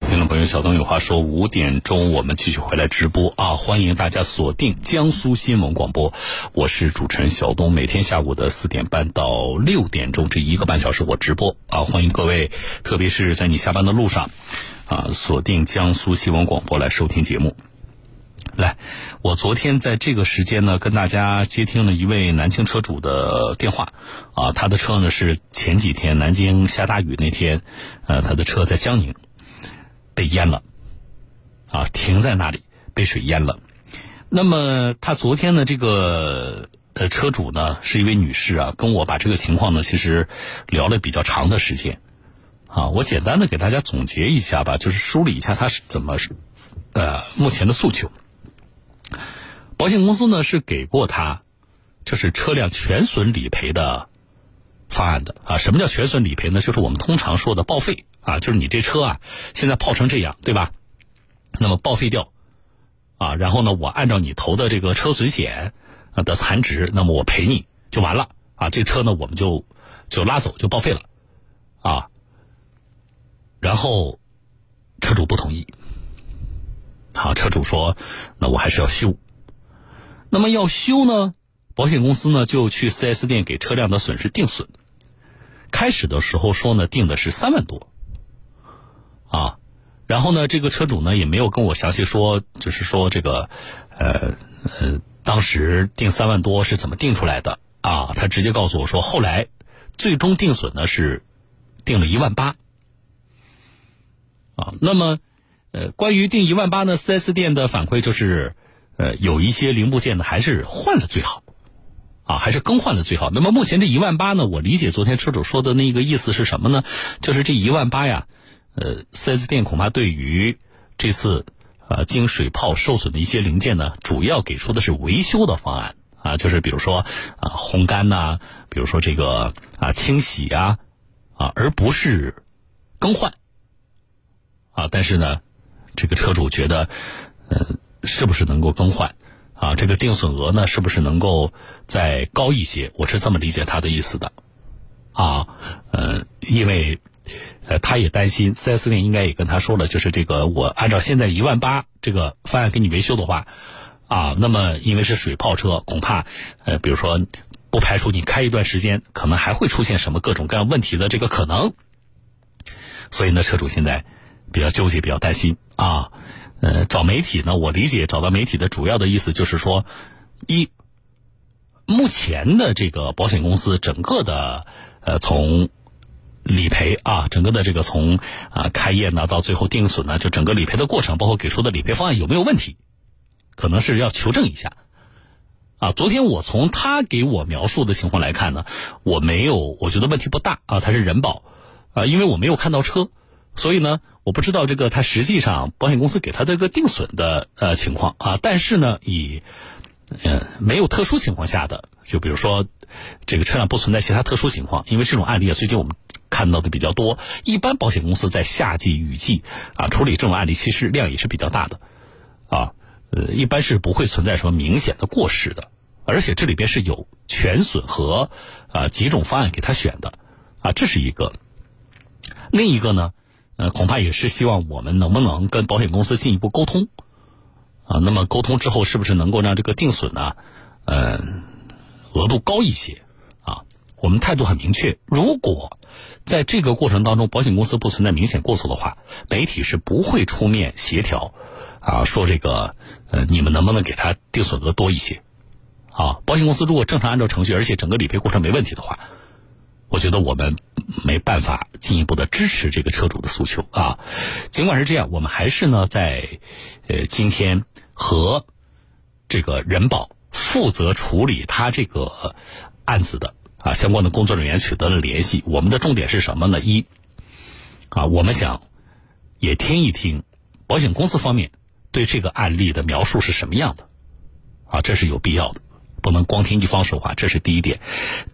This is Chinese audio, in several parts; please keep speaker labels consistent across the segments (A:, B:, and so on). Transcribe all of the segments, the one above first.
A: 众朋友，小东有话说，五点钟我们继续回来直播啊！欢迎大家锁定江苏新闻广播，我是主持人小东。每天下午的四点半到六点钟，这一个半小时我直播啊！欢迎各位，特别是在你下班的路上啊，锁定江苏新闻广播来收听节目。来，我昨天在这个时间呢，跟大家接听了一位南京车主的电话，啊，他的车呢是前几天南京下大雨那天，呃，他的车在江宁被淹了，啊，停在那里被水淹了。那么他昨天呢，这个呃车主呢是一位女士啊，跟我把这个情况呢其实聊了比较长的时间，啊，我简单的给大家总结一下吧，就是梳理一下他是怎么呃目前的诉求。保险公司呢是给过他，就是车辆全损理赔的方案的啊。什么叫全损理赔呢？就是我们通常说的报废啊，就是你这车啊现在泡成这样，对吧？那么报废掉啊，然后呢，我按照你投的这个车损险啊的残值，那么我赔你就完了啊。这车呢我们就就拉走就报废了啊。然后车主不同意，啊，车主说那我还是要修。那么要修呢，保险公司呢就去 4S 店给车辆的损失定损。开始的时候说呢，定的是三万多，啊，然后呢，这个车主呢也没有跟我详细说，就是说这个，呃呃，当时定三万多是怎么定出来的啊？他直接告诉我说，后来最终定损呢是定了一万八，啊，那么呃，关于定一万八呢，4S 店的反馈就是。呃，有一些零部件呢，还是换了最好，啊，还是更换了最好。那么目前这一万八呢，我理解昨天车主说的那个意思是什么呢？就是这一万八呀，呃，4S 店恐怕对于这次呃经水泡受损的一些零件呢，主要给出的是维修的方案啊，就是比如说啊烘干呐、啊，比如说这个啊清洗啊，啊，而不是更换啊。但是呢，这个车主觉得，呃。是不是能够更换？啊，这个定损额呢，是不是能够再高一些？我是这么理解他的意思的，啊，呃，因为呃，他也担心四 S 店应该也跟他说了，就是这个我按照现在一万八这个方案给你维修的话，啊，那么因为是水泡车，恐怕呃，比如说不排除你开一段时间，可能还会出现什么各种各样问题的这个可能，所以呢，车主现在比较纠结，比较担心啊。呃，找媒体呢，我理解找到媒体的主要的意思就是说，一，目前的这个保险公司整个的呃从理赔啊，整个的这个从啊、呃、开业呢到最后定损呢，就整个理赔的过程，包括给出的理赔方案有没有问题，可能是要求证一下。啊，昨天我从他给我描述的情况来看呢，我没有，我觉得问题不大啊，他是人保啊，因为我没有看到车。所以呢，我不知道这个他实际上保险公司给他这个定损的呃情况啊，但是呢，以呃没有特殊情况下的，就比如说这个车辆不存在其他特殊情况，因为这种案例啊，最近我们看到的比较多。一般保险公司在夏季、雨季啊处理这种案例，其实量也是比较大的啊，呃，一般是不会存在什么明显的过失的，而且这里边是有全损和啊几种方案给他选的啊，这是一个。另一个呢？呃，恐怕也是希望我们能不能跟保险公司进一步沟通，啊，那么沟通之后是不是能够让这个定损呢，呃，额度高一些啊？我们态度很明确，如果在这个过程当中保险公司不存在明显过错的话，媒体是不会出面协调，啊，说这个呃，你们能不能给他定损额多一些？啊，保险公司如果正常按照程序，而且整个理赔过程没问题的话。我觉得我们没办法进一步的支持这个车主的诉求啊。尽管是这样，我们还是呢在呃今天和这个人保负责处理他这个呃案子的啊相关的工作人员取得了联系。我们的重点是什么呢？一啊，我们想也听一听保险公司方面对这个案例的描述是什么样的啊，这是有必要的，不能光听一方说话，这是第一点。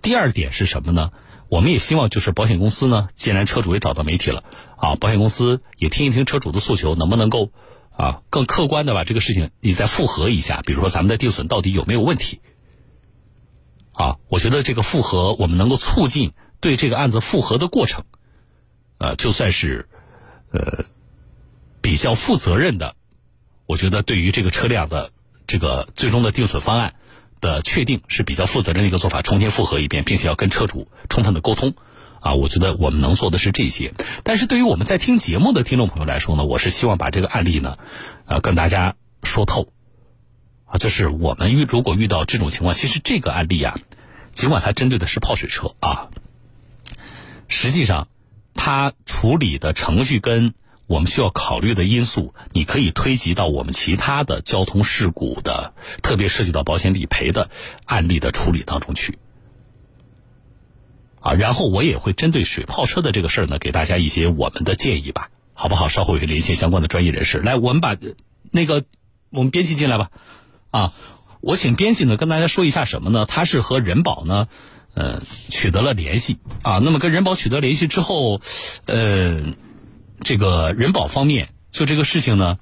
A: 第二点是什么呢？我们也希望，就是保险公司呢，既然车主也找到媒体了，啊，保险公司也听一听车主的诉求，能不能够啊更客观的把这个事情你再复核一下，比如说咱们的定损到底有没有问题？啊，我觉得这个复核我们能够促进对这个案子复核的过程，呃，就算是呃比比较负责任的，我觉得对于这个车辆的这个最终的定损方案的确定是比较负责任的一个做法，重新复核一遍，并且要跟车主充分的沟通。啊，我觉得我们能做的是这些，但是对于我们在听节目的听众朋友来说呢，我是希望把这个案例呢，呃，跟大家说透，啊，就是我们遇如果遇到这种情况，其实这个案例啊，尽管它针对的是泡水车啊，实际上它处理的程序跟我们需要考虑的因素，你可以推及到我们其他的交通事故的，特别涉及到保险理赔的案例的处理当中去。啊，然后我也会针对水泡车的这个事儿呢，给大家一些我们的建议吧，好不好？稍后也联系相关的专业人士。来，我们把呃那个我们编辑进来吧。啊，我请编辑呢跟大家说一下什么呢？他是和人保呢，呃，取得了联系啊。那么跟人保取得联系之后，呃，这个人保方面就这个事情呢，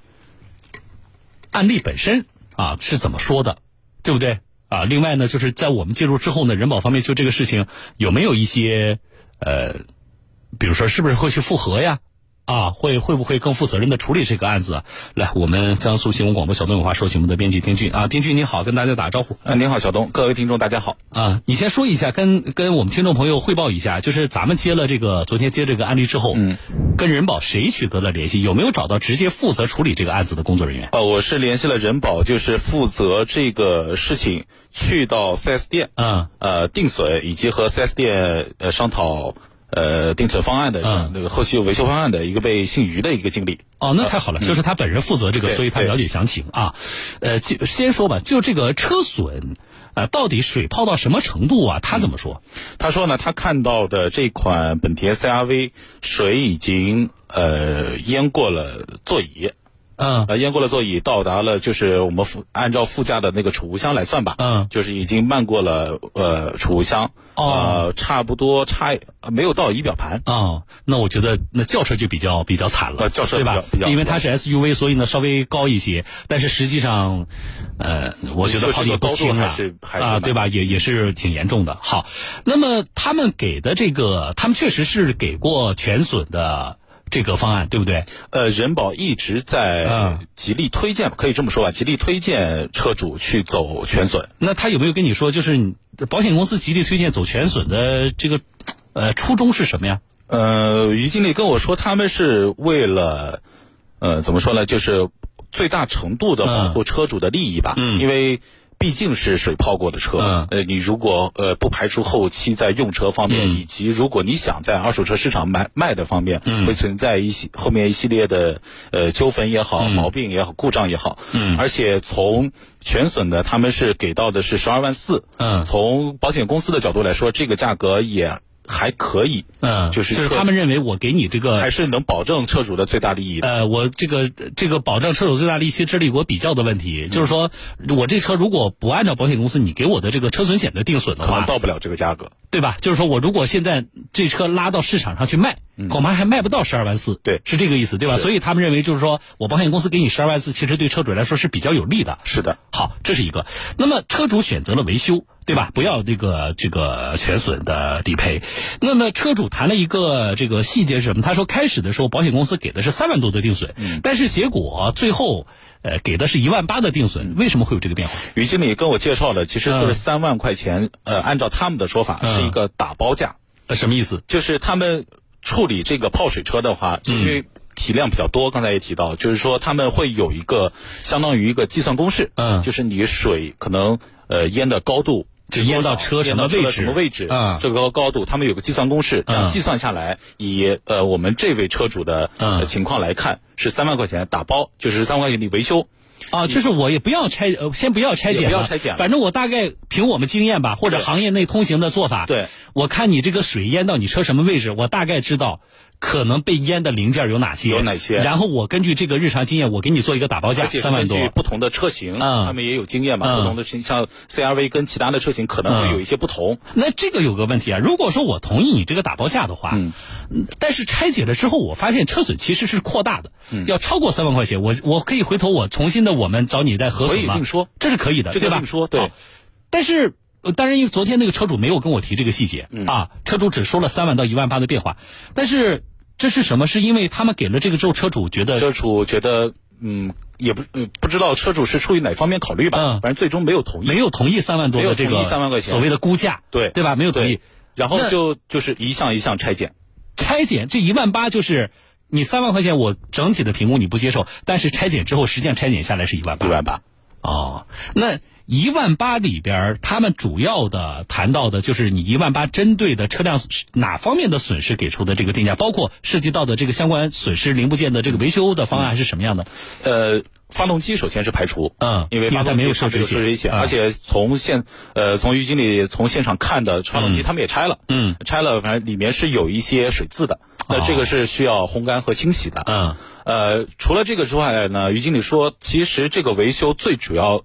A: 案例本身啊是怎么说的，对不对啊？另外呢，就是在我们介入之后呢，人保方面就这个事情有没有一些呃，比如说是不是会去复核呀？啊，会会不会更负责任的处理这个案子啊？来，我们江苏新闻广播小东有话说节目的编辑丁俊啊，丁俊你好，跟大家打招呼
B: 呃，您好，小东，各位听众，大家好。
A: 啊，你先说一下，跟跟我们听众朋友汇报一下，就是咱们接了这个昨天接这个案例之后，嗯，跟人保谁取得了联系？有没有找到直接负责处理这个案子的工作人员？
B: 呃，我是联系了人保，就是负责这个事情，去到 4S 店，
A: 嗯，
B: 呃，定损以及和 4S 店呃商讨呃定损方案的，
A: 嗯
B: 那个后续维修方案的一个被姓于的一个经历。
A: 哦，那太好了，就是他本人负责这个，
B: 啊嗯对
A: 所以他了解详情啊。呃，就先说吧，就这个车损，呃，到底水泡到什么程度啊？他怎么说？
B: 他说呢，他看到的这款本田 CRV 水已经呃淹过了座椅，
A: 嗯
B: 呃，淹过了座椅，到达了就是我们副按照副驾的那个储物箱来算吧，
A: 嗯
B: 就是已经漫过了呃储物箱，
A: 哦
B: 呃，差不多差呃没有到仪表盘，
A: 哦，那我觉得那轿车就比较比较惨了，
B: 呃轿车
A: 对
B: 比较
A: 吧？
B: 比较
A: 因为它是 SUV，所以呢稍微高一些，但是实际上，呃，我觉得
B: 就
A: 泡
B: 这
A: 的
B: 个
A: 不
B: 高度
A: 轻了，
B: 还是还是
A: 啊，
B: 蛮
A: 对吧？也也是挺严重的。好，那么他们给的这个，他们确实是给过全损的这个方案，对不对？
B: 呃，人保一直在
A: 嗯
B: 极力推荐，可以这么说吧，极力推荐车主去走全损。
A: 那他有没有跟你说，就是你保险公司极力推荐走全损的这个呃初衷是什么呀？
B: 呃，于经理跟我说，他们是为了，呃，怎么说呢，就是最大程度的保护车主的利益吧，
A: 嗯
B: 因为。毕竟是水泡过的车，
A: 嗯
B: 呃，你如果呃不排除后期在用车方面，
A: 嗯
B: 以及如果你想在二手车市场买卖的方面，
A: 嗯
B: 会存在一系后面一系列的呃纠纷也好、
A: 嗯
B: 毛病也好、故障也好，
A: 嗯
B: 而且从全损的他们是给到的是十二万四，
A: 嗯
B: 从保险公司的角度来说，这个价格也还可以，
A: 嗯，
B: 就是
A: 就是
B: 车
A: 他们认为我给你这个
B: 还是能保证车主的最大利益的。
A: 呃，我这个这个保障车主最大利益，其实这是一个我比较的问题，就是说我这车如果不按照保险公司你给我的这个车损险的定损的
B: 可能
A: 话，
B: 到不了这个价格，
A: 对吧？就是说我如果现在这车拉到市场上去卖，恐怕还卖不到十二万四，
B: 嗯对
A: 是这个意思，对吧？
B: 是
A: 所以他们认为就是说我保险公司给你十二万四，其实对车主来说是比较有利的。
B: 是的，
A: 好，这是一个。那么车主选择了维修，对吧？不要这个这个全损的理赔。那么车主谈了一个这个细节是什么？他说开始的时候保险公司给的是三万多的定损，但是结果最后呃给的是一万八的定损，为什么会有这个变化？
B: 于经理跟我介绍了，其实
A: 嗯
B: 四十三万块钱，呃，按照他们的说法
A: 嗯
B: 是一个打包价，
A: 呃什么意思？
B: 就是他们处理这个泡水车的
A: 嗯
B: 话，因为体量比较多，刚才也提到，就是说他们会有一个相当于一个计算公式，
A: 嗯
B: 就是你水可能呃淹的高度。
A: 就淹到车什
B: 淹
A: 么
B: 到
A: 位置
B: 车的什么位置？
A: 嗯
B: 这个高度，他们有个计算公式，
A: 嗯
B: 这样计算下来，以呃我们这位车主的、
A: 嗯
B: 呃情况来看，是三万块钱打包，就是三万块钱你维修，
A: 啊，就是我也不要拆，呃，先不要拆解了，
B: 嗯也不要拆解了
A: 反正我大概凭我们经验吧，或者
B: 对
A: 行业内通行的做法，
B: 对，
A: 我看你这个水淹到你车什么位置，我大概知道可能被淹的零件有哪些，
B: 有哪些
A: 然后我根据这个日常经验，我给你做一个打包价，
B: 而且是
A: 三万
B: 根
A: 多
B: 据，不同的车型，
A: 嗯
B: 他们也有经验嘛，
A: 嗯
B: 不同的车型像 CRV 跟其他的车型可能
A: 嗯
B: 会有一些不同，
A: 那这个有个问题啊，如果说我同意你这个打包价的话，
B: 嗯
A: 但是拆解了之后，我发现车损其实是扩大的，
B: 嗯
A: 要超过三万块钱，我我可以回头我重新的我们找你再核
B: 可
A: 损
B: 以
A: 吗？
B: 另说
A: 这是可以的，
B: 这
A: 对
B: 个
A: 吧？
B: 另说对
A: 好但是。呃当然，因为
B: 嗯
A: 昨天那个车主没有跟我提这个细节、啊，车主只说了三万到一万八的变化，但是这是什么？是因为他们给了这个之后，车主觉得
B: 车主觉得，嗯，也不、嗯、不知道车主是出于哪方面考虑吧，
A: 嗯
B: 反正最终没有同意。
A: 没有同意三万多
B: 没
A: 的
B: 有
A: 这
B: 同
A: 个
B: 意3万块钱
A: 所谓的估价，
B: 对
A: 对吧？没有同意
B: 对，然后
A: 那
B: 就就是一项一项拆解。
A: 拆减这一万八就是你三万块钱，我整体的评估你不接受，但是拆减之后，实际上拆减下来是一万八，
B: 一万八，
A: 哦，那一万八里边儿，他们主要的谈到的就是你一万八针对的车辆哪方面的损失给出的这个定价，包括涉及到的这个相关损失零部件的这个维修的方案是什么样的？
B: 呃，发动机首先是排除，
A: 嗯
B: 因为
A: 因为
B: 发
A: 它
B: 动
A: 没有
B: 机
A: 涉
B: 它
A: 水
B: 没有
A: 险
B: 涉水险，
A: 嗯
B: 而且从现呃从于经理从现场看的发动机他们也拆了，
A: 嗯，哦
B: 拆了，反正里面是有一些水渍的，那这个是需要烘干和清洗的，
A: 嗯，
B: 呃，除了这个之外呢，于经理说，其实这个维修最主要，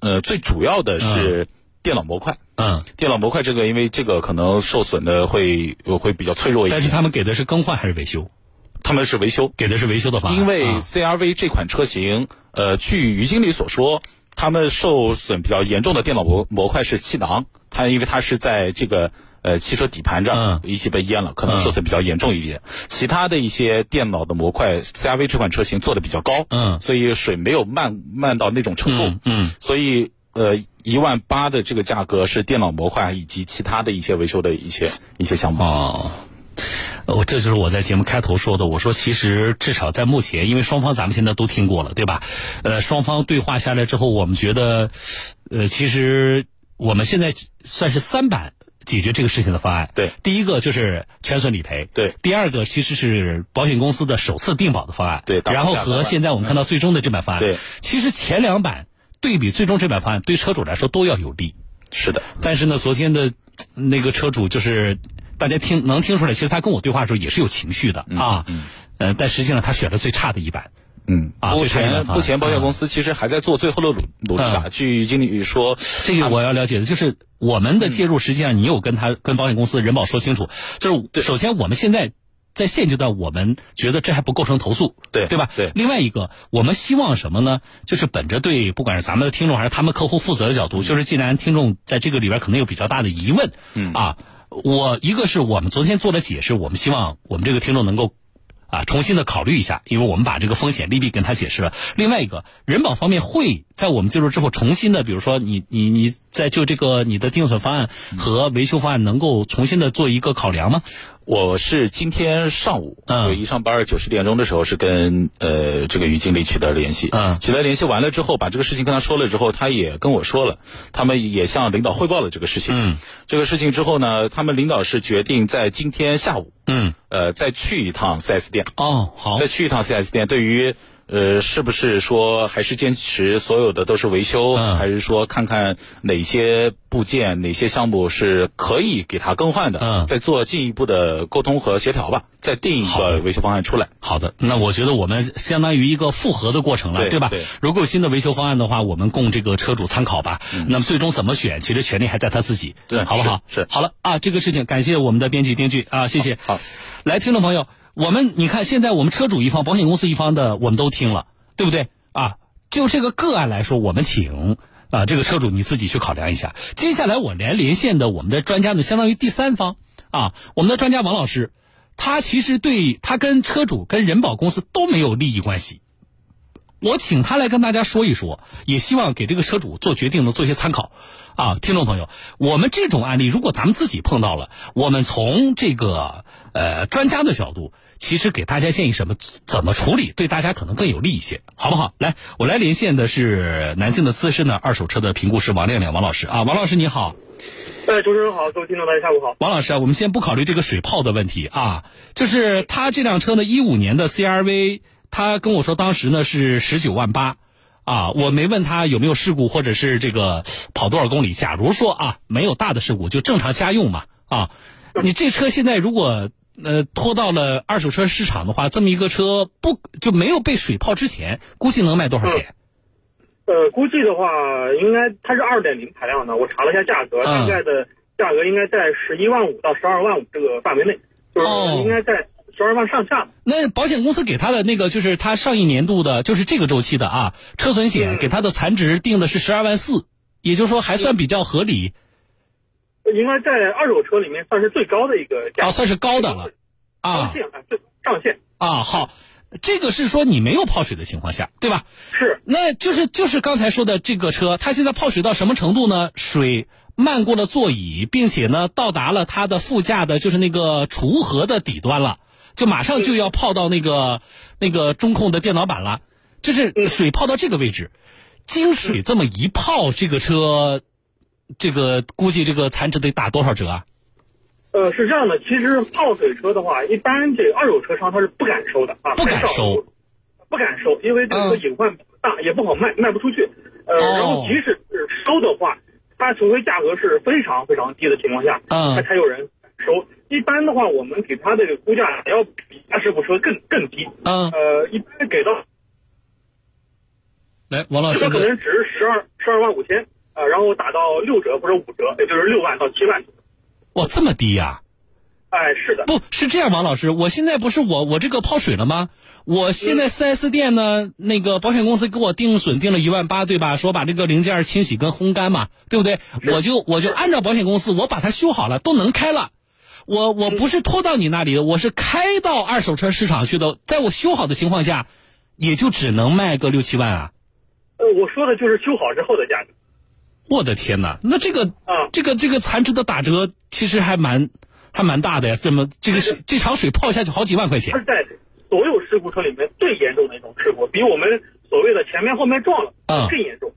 B: 呃，最主要的是电脑模块。
A: 嗯，
B: 电脑模块这个，因为这个可能受损的会呃会比较脆弱一
A: 但是
B: 点，
A: 他们给的是更换还是维修？
B: 他们是维修，
A: 给的是维修的方案，
B: 因为
A: 啊
B: CRV 这款车型，呃，据于经理所说，他们受损比较严重的电脑模模块是气囊，它因为它是在这个呃汽车底盘这
A: 嗯
B: 儿一起被淹了，可能受损比较严重一点。其他的一些电脑的模块，CRV 这款车型做的比较高，
A: 嗯
B: 所以水没有漫漫到那种程度，
A: 嗯嗯，
B: 所以。呃，一万八的这个价格是电脑模块以及其他的一些维修的一些一些项目。
A: 哦。我这就是我在节目开头说的，我说其实至少在目前，因为双方咱们现在都听过了，对吧？呃，双方对话下来之后，我们觉得，呃，其实我们现在算是三版解决这个事情的方案。
B: 对
A: 第一个就是全损理赔，
B: 对
A: 第二个其实是保险公司的首次定保的方案，
B: 对
A: 然后
B: 当时下
A: 和
B: 来
A: 现在我们看到最终的这版方案，
B: 对，
A: 其实前两版对比最终这版方案，对车主来说都要有利。
B: 是的，
A: 但是呢，昨天的那个车主就是大家听能听出来，其实他跟我对话的时候也是有情绪的啊。呃，但实际上他选了最差的一版。
B: 嗯
A: 啊
B: 目
A: 最差一
B: 前
A: 版方案嗯
B: 目前保险公司其实还在做最后的努努力吧。据经理说，
A: 这个我要了解的就是我们的介入，实际上你有跟他跟保险公司人保说清楚，就是首先我们现在。在现阶段，我们觉得这还不构成投诉，
B: 对
A: 对吧？
B: 对
A: 另外一个，我们希望什么呢？就是本着对不管是咱们的听众还是他们客户负责的角
B: 嗯
A: 度，就是既然听众在这个里边可能有比较大的疑问，嗯啊，我一个是我们昨天做了解释，我们希望我们这个听众能够啊，重新的考虑一下，因为我们把这个风险利弊跟他解释了。另外一个，人保方面会在我们介入之后，重新的，比如说你你你在就这个你的定损方案和维修方案能够重新的做一个考量吗？
B: 我是今天上午
A: 嗯
B: 就一上班九十点钟的时候是跟呃这个于经理取得联系，
A: 嗯
B: 取得联系完了之后，把这个事情跟他说了之后，他也跟我说了，他们也向领导汇报了这个事情，
A: 嗯，
B: 这个事情之后呢，他们领导是决定在今天下午，
A: 嗯，
B: 呃，再去一趟 4S 店，
A: 哦，好
B: 再，去一趟 4S 店，对于呃，是不是说还是坚持所有的都是维修，
A: 嗯
B: 还是说看看哪些部件、哪些项目是可以给它更换的？
A: 嗯
B: 再做进一步的沟通和协调吧，再定一
A: 好
B: 个维修方案出来。
A: 好的。那我觉得我们相当于一个复核的过程了，
B: 对
A: 吧
B: 对？
A: 如果有新的维修方案的话，我们供这个车主参考吧。
B: 嗯
A: 那么最终怎么选，其实权利还在他自己，
B: 对
A: 好不好？
B: 是是
A: 好了啊，这个事情感谢我们的编辑编剧啊，谢谢。
B: 好好
A: 来，听众朋友，我们你看，现在我们车主一方、保险公司一方的，我们都听了，对不对啊？就这个个案来说，我们请啊这个车主你自己去考量一下。接下来我连连线的我们的专家呢，相当于第三方啊，我们的专家王老师，他其实对他跟车主跟人保公司都没有利益关系。我请他来跟大家说一说，也希望给这个车主做决定呢做一些参考，啊，听众朋友，我们这种案例如果咱们自己碰到了，我们从这个呃专家的角度，其实给大家建议什么怎么处理，对大家可能更有利一些，好不好？来，我来连线的是南京的资深的二手车的评估师王亮亮王老师啊，王老师你好。
C: 哎，主持人好，各位听众大家下午好。
A: 王老师啊，我们先不考虑这个水泡的问题啊，就是他这辆车呢，一五年的 CRV，他跟我说当时呢是十九万八，啊，我没问他有没有事故或者是这个跑多少公里。假如说啊没有大的事故，就正常家用嘛啊，你这车现在如果呃拖到了二手车市场的话，这么一个车不就没有被水泡之前，估计能卖多少钱？
C: 呃，估计的话，应该它是二点零排量的，我查了一下价格，
A: 嗯
C: 大概的价格应该在十一万五到十二万五这个范围内，就是
A: 哦
C: 应该在十二万上下。
A: 那保险公司给他的那个，就是他上一年度的，就是这个周期的啊，车损险
C: 嗯
A: 给他的残值定的是十二万四，也就是说还算比较合理
C: 应该在二手车里面算是最高的一个价
A: 啊，
C: 格，
A: 算是高的了
C: 高
A: 啊
C: 性啊，最上线。
A: 啊，好，这个是说你没有泡水的情况下，对吧？
C: 是
A: 那就是就是刚才说的这个车，它现在泡水到什么程度呢？水漫过了座椅，并且呢到达了它的副驾的，就是那个储物盒的底端了，就马上就要泡到那个那个中控的电脑板了，就是
C: 嗯
A: 水泡到这个位置，经水这么一泡，这个车，这个估计这个残值得打多少折啊？
C: 呃，是这样的，其实泡水车的话，一般这个二手车商他是不敢收的啊，
A: 不敢
C: 很少
A: 收，
C: 不敢收，因为这个车
A: 嗯
C: 隐患比较大，也不好卖，卖不出去。呃，
A: 哦
C: 然后即使是收的话，它除非价格是非常非常低的情况下，它
A: 嗯
C: 才有人收。一般的话，我们给它这个估价要比二手车更更低，
A: 嗯，
C: 呃，一般给到
A: 来，王老师
C: 它可
A: 的，
C: 能值十二十二万五千，呃，然后打到六折或者五折，也就是六万到七万。
A: 哇，这么低呀、
C: 哎，是的，
A: 不是这样，王老师，我现在不是我我这个泡水了吗？我现在四 S 店呢，那个保险公司给我定损定了一万八，对吧？说把这个零件清洗跟烘干嘛，对不对？我就我就按照保险公司，我把它修好了，都能开了。我我不是拖到你那里的，我是开到二手车市场去的。在我修好的情况下，也就只能卖个六七万啊！
C: 呃，我说的就是修好之后的价格。
A: 我的天哪，那这个
C: 啊
A: 这个这个残值的打折其实还蛮还蛮大的呀。怎么这个是这场水泡下去好几万块钱
C: 它？是在所有事故车里面最严重的一种事故，比我们所谓的前面后面撞了
A: 嗯
C: 更严重。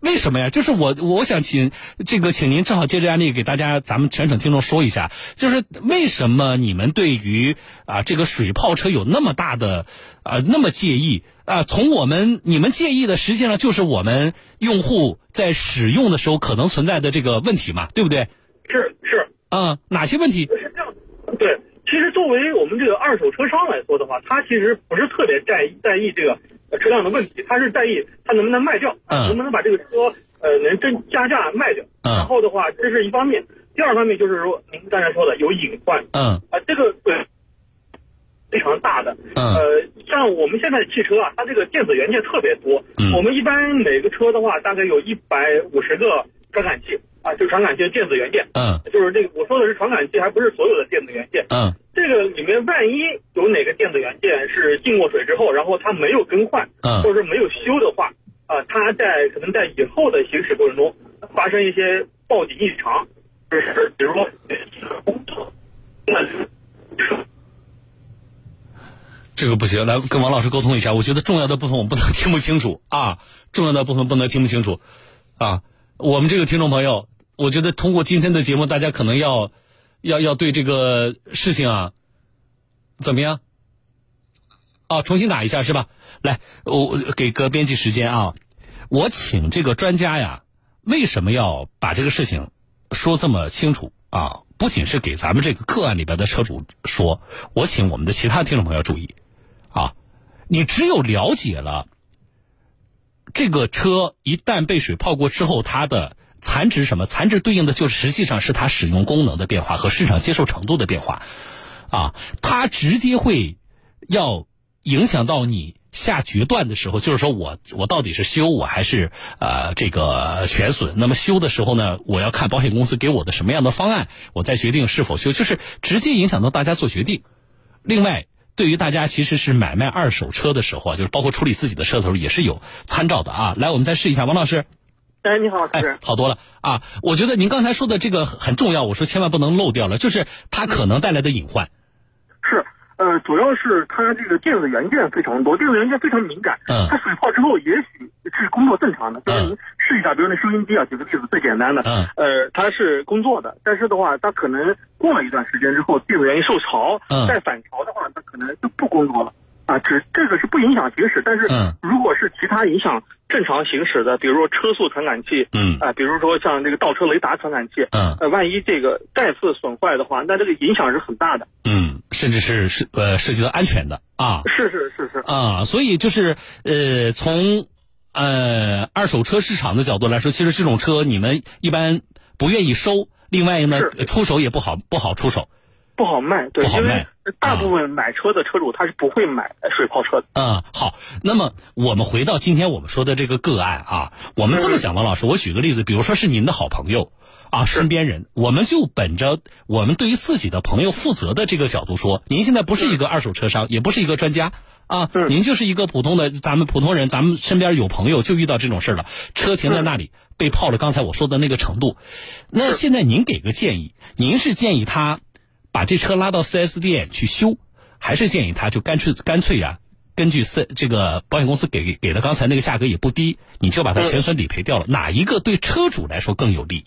A: 为什么呀？就是我，我想请这个，请您正好借这案例给大家，咱们全省听众说一下，就是为什么你们对于啊这个水泡车有那么大的啊那么介意啊？从我们你们介意的，实际上就是我们用户在使用的时候可能存在的这个问题嘛，对不对？
C: 是是
A: 嗯，哪些问题？
C: 是这样的，对。其实作为我们这个二手车商来说的话，他其实不是特别在意在意这个呃车辆的问题，他是在意他能不能卖掉，
A: 嗯
C: 能不能把这个车呃能真加价卖掉。
A: 嗯
C: 然后的话，这是一方面，第二方面就是说您刚才说的有隐患，
A: 嗯
C: 啊，这个对非常大的。
A: 嗯
C: 呃，像我们现在的汽车啊，它这个电子元件特别多。
A: 嗯
C: 我们一般每个车的话，大概有一百五十个传感器啊，就传感器的电子元件。
A: 嗯
C: 就是这个，我说的是传感器，还不是所有的电子元件。
A: 嗯
C: 这个里面万一有哪个电子元件是进过水之后，然后它没有更换，
A: 嗯
C: 或者是没有修的话，啊、它在可能在以后的行驶过程中发生一些报警异常，就是比如说工作，那
A: 这个不行，来跟王老师沟通一下。我觉得重要的部分我不能听不清楚啊，重要的部分不能听不清楚啊。我们这个听众朋友，我觉得通过今天的节目，大家可能要要要对这个事情啊，怎么样？啊，重新打一下是吧？来，我我给哥编辑时间啊，我请这个专家呀，为什么要把这个事情说这么清楚啊？不仅是给咱们这个个案里边的车主说，我请我们的其他听众朋友注意啊，你只有了解了这个车一旦被水泡过之后，它的残值什么？残值对应的就是实际上是它使用功能的变化和市场接受程度的变化啊，它直接会要影响到你下决断的时候，就是说我我到底是修我还是呃这个全损？那么修的时候呢，我要看保险公司给我的什么样的方案，我再决定是否修，就是直接影响到大家做决定。另外，对于大家其实是买卖二手车的时候啊，就是包括处理自己的车的时候，也是有参照的啊。来，我们再试一下，王老师。
C: 哎，你好，主持人
A: 哎，。好多了啊！我觉得您刚才说的这个很重要，我说千万不能漏掉了，就是它可能带来的隐患。
C: 是，呃，主要是它这个电子元件非常多，电子元件非常敏感。
A: 嗯
C: 它水泡之后，也许是工作正常的，就是您试一下，比如那收音机啊，举个例子最简单的，
A: 嗯
C: 呃，它是工作的，但是的话，它可能过了一段时间之后，电子元件受潮，
A: 嗯
C: 再反潮的话，它可能就不工作了。啊，只这个是不影响行驶，但是
A: 嗯
C: 如果是其他影响正常行驶的，比如说车速传感器，
A: 嗯
C: 啊、比如说像这个倒车雷达传感器，
A: 嗯
C: 呃，万一这个再次损坏的话，那这个影响是很大的。
A: 嗯，甚至是是呃涉及到安全的啊。
C: 是是是是，
A: 啊，所以就是呃，从呃二手车市场的角度来说，其实这种车你们一般不愿意收，另外呢，
C: 是
A: 出手也不好不好出手
C: 不好卖，对，
A: 不好
C: 因
A: 卖
C: 为
B: 嗯
C: 大部分买车的车主他是不会买水泡车的。
A: 啊、好，那么我们回到今天我们说的这个个案啊，我们这么想，王老师，我举个例子，比如说是您的好朋友。
B: 啊，身边人，我们就本着我们对于自己的朋友负责的这个角度说，您现在不是一个二手车商，也不是一个专家啊，
C: 是
B: 您就是一个普通的咱们普通人，咱们身边有朋友就遇到这种事儿了，车停在那里被泡了，刚才我说的那个程度，那现在您给个建议，您是建议他把这车拉到 4S 店去修，还是建议他就干脆干脆呀、根据四这个保险公司给给的刚才那个价格也不低，你就把它全损理赔掉了，哪一个对车主来说更有利？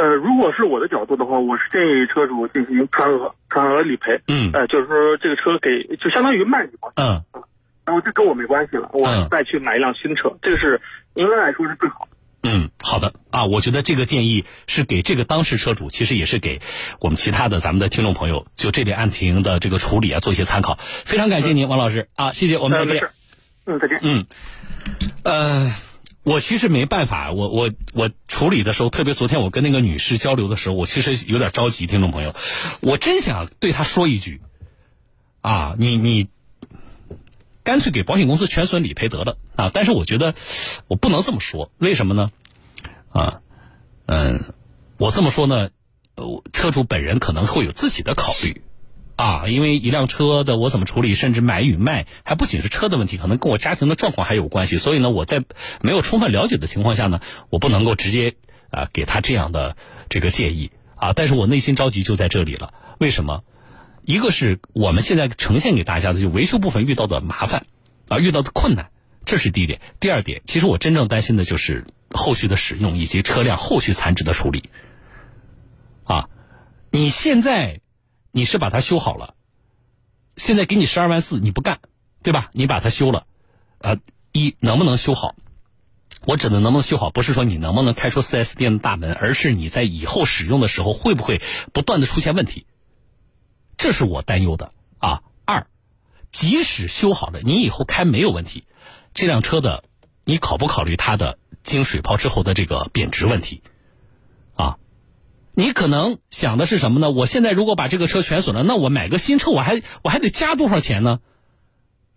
C: 呃，如果是我的角度的话，我是建议车主进行全额全额理赔。
B: 嗯
C: 呃，就是说这个车给就相当于卖你嘛，
B: 嗯
C: 然后这跟我没关系了，我
B: 嗯
C: 再去买一辆新车，这个是应该来说是最好的。
B: 嗯，好的啊，我觉得这个建议是给这个当事车主，其实也是给我们其他的咱们的听众朋友，就这类案情的这个处理啊做一些参考。非常感谢您，王老师啊，谢谢，我们
C: 呃
B: 再
C: 没
B: 见
C: 事。嗯，再见。
B: 嗯，呃，我其实没办法，我我我处理的时候，特别昨天我跟那个女士交流的时候，我其实有点着急，听众朋友，我真想对她说一句，啊，你你干脆给保险公司全损理赔得了啊！但是我觉得我不能这么说，为什么呢？啊，嗯，我这么说呢，呃车主本人可能会有自己的考虑。啊，因为一辆车的我怎么处理，甚至买与卖，还不仅是车的问题，可能跟我家庭的状况还有关系。所以呢，我在没有充分了解的情况下呢，我不能够直接啊、给他这样的这个建议啊。但是我内心着急就在这里了，为什么？一个是我们现在呈现给大家的就维修部分遇到的麻烦啊，遇到的困难，这是第一点。第二点，其实我真正担心的就是后续的使用以及车辆后续残值的处理。啊，你现在你是把它修好了，现在给你十二万四，你不干，对吧？你把它修了，呃，一能不能修好？我指的能不能修好，不是说你能不能开出 4S 店的大门，而是你在以后使用的时候会不会不断的出现问题，这是我担忧的啊。二，即使修好了，你以后开没有问题，这辆车的你考不考虑它的经水泡之后的这个贬值问题啊？你可能想的是什么呢？我现在如果把这个车全损了，那我买个新车，我还我还得加多少钱呢？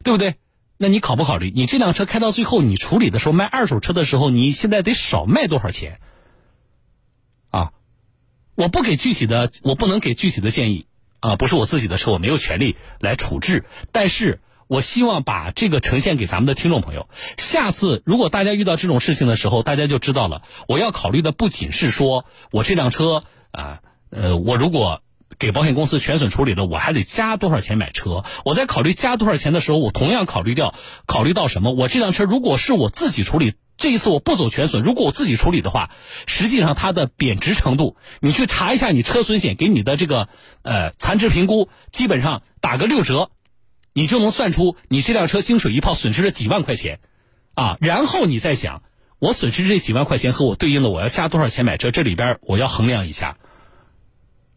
B: 对不对？那你考不考虑，你这辆车开到最后，你处理的时候卖二手车的时候，你现在得少卖多少钱？啊，我不给具体的，我不能给具体的建议啊，不是我自己的车，我没有权利来处置。但是我希望把这个呈现给咱们的听众朋友。下次如果大家遇到这种事情的时候，大家就知道了，我要考虑的不仅是说我这辆车啊，呃，我如果给保险公司全损处理了，我还得加多少钱买车？我在考虑加多少钱的时候，我同样考虑掉考虑到什么？我这辆车如果是我自己处理，这一次我不走全损，如果我自己处理的话，实际上它的贬值程度，你去查一下你车损险给你的这个呃残值评估，基本上打个六折，你就能算出你这辆车经水一泡损失了几万块钱，啊，然后你再想我损失这几万块钱和我对应的我要加多少钱买车，这里边我要衡量一下，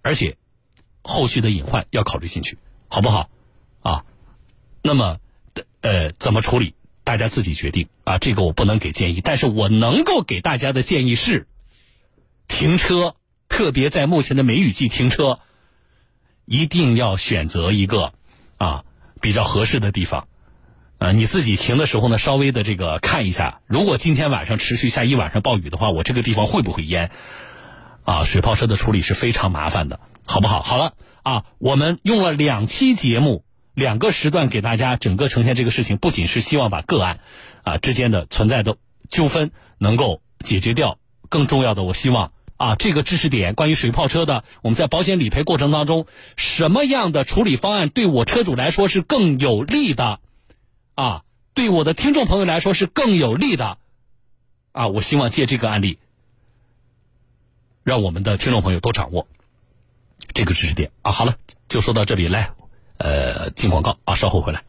B: 而且后续的隐患要考虑进去，好不好？啊，那么呃怎么处理，大家自己决定啊，这个我不能给建议，但是我能够给大家的建议是，停车，特别在目前的梅雨季停车，一定要选择一个啊比较合适的地方。呃，你自己停的时候呢，稍微的这个看一下，如果今天晚上持续下一晚上暴雨的话，我这个地方会不会淹？啊，水泡车的处理是非常麻烦的，好不好？好了啊，我们用了两期节目，两个时段给大家整个呈现这个事情，不仅是希望把个案啊之间的存在的纠纷能够解决掉，更重要的，我希望啊这个知识点关于水泡车的，我们在保险理赔过程当中，什么样的处理方案对我车主来说是更有利的啊？对我的听众朋友来说是更有利的啊！我希望借这个案例，让我们的听众朋友都掌握这个知识点啊。好了，就说到这里，来，呃，进广告啊，稍后回来。